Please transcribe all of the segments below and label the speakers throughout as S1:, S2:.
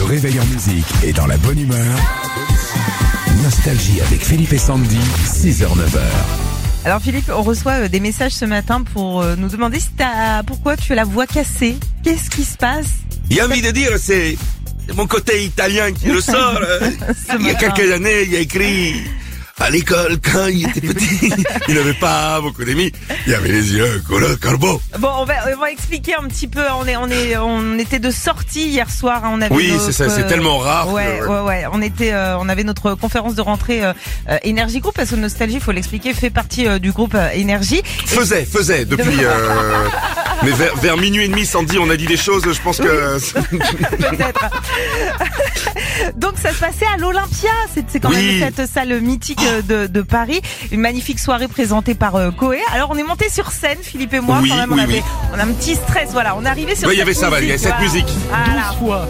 S1: réveil en musique et dans la bonne humeur. Nostalgie avec Philippe et Sandy, 6h-9h.
S2: Alors Philippe, on reçoit euh, des messages ce matin pour euh, nous demander si t'as- pourquoi tu as la voix cassée. Qu'est-ce qui se passe
S3: Il y a envie de dire, c'est mon côté italien qui le sort. euh.
S2: ce
S3: Il y a
S2: matin
S3: quelques années, il a écrit à l'école quand il était petit. Il n'avait pas beaucoup d'amis. Il avait les yeux couleur corbeau.
S2: Bon, on va, on va expliquer un petit peu. On est, on est, on était de sortie hier soir. hein, On avait
S3: Oui,
S2: notre,
S3: c'est ça, c'est
S2: euh,
S3: tellement rare. que-
S2: Ouais, ouais, ouais. On était, euh, on avait notre conférence de rentrée euh, euh, Énergie Group parce que Nostalgie, faut l'expliquer, fait partie euh, du groupe euh, Énergie.
S3: Faisait, faisait depuis. euh, Mais vers, vers minuit et demi, Sandy, on a dit des choses. Je pense que
S2: peut-être. Donc ça se passait à l'Olympia, c'est c'est quand
S3: Oui.
S2: même cette salle mythique euh, de, de Paris, une magnifique soirée présentée par euh, Coé. Alors on est monté sur scène, Philippe et moi,
S3: Oui,
S2: quand même, on,
S3: oui,
S2: avait,
S3: oui.
S2: on a un petit stress, voilà, on est arrivé sur
S3: Ouais, il y
S2: cette
S3: avait ça, il y avait cette
S2: voilà.
S3: musique.
S2: Voilà.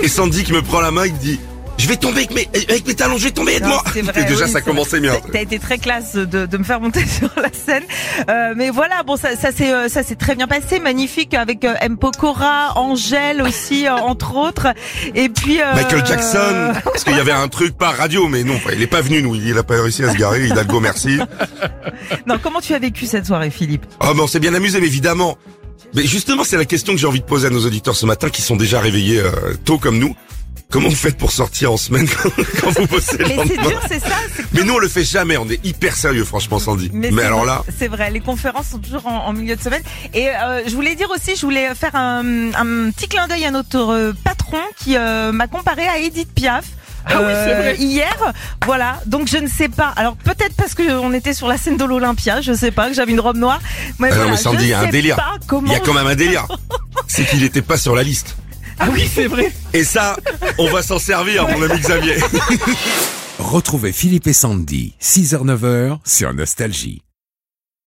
S3: et Sandy qui me prend la main, il dit. Je vais tomber avec mes, avec mes talons, je vais tomber,
S2: Non,
S3: aide-moi!
S2: c'est vrai,
S3: Et déjà,
S2: oui,
S3: ça
S2: c'est
S3: commençait bien.
S2: T'as été très classe de, de me faire monter sur la scène, Euh, mais voilà, bon ça, ça s'est euh, ça s'est très bien passé, magnifique avec euh, M Pokora, Angèle aussi euh, entre autres, et puis euh,
S3: Michael Jackson, parce qu'il y avait un truc par radio, mais non, il est pas venu, nous, il a pas réussi à se garer, Hidalgo, merci.
S2: Non, comment tu as vécu cette soirée, Philippe
S3: Oh, mais on s'est bien amusé, mais évidemment. Mais justement, c'est la question que j'ai envie de poser à nos auditeurs ce matin, qui sont déjà réveillés euh, tôt comme nous. Comment vous faites pour sortir en semaine quand vous bossez le
S2: Mais c'est
S3: lendemain
S2: dur, c'est ça. c'est-
S3: Mais nous, on le fait jamais, on est hyper sérieux, franchement, Sandy. Mais,
S2: c'est
S3: alors
S2: vrai,
S3: là,
S2: c'est vrai. Les conférences sont toujours en, en milieu de semaine. Et euh, je voulais dire aussi, je voulais faire un, un petit clin d'œil à notre euh, patron qui euh, m'a comparé à Edith Piaf. euh, hier, voilà. Donc je ne sais pas. Alors peut-être parce que on était sur la scène de l'Olympia, je sais pas que j'avais une robe noire. Mais
S3: Ah non,
S2: voilà,
S3: mais Sandy,
S2: je
S3: il y a un
S2: sais
S3: délire.
S2: pas comment
S3: il y a quand même un délire. c'est qu'il n'était pas sur la liste.
S2: Ah oui, c'est vrai.
S3: Et ça, on va s'en servir, mon ami Xavier.
S1: Retrouvez Philippe et Sandy, 6h-9h sur Nostalgie.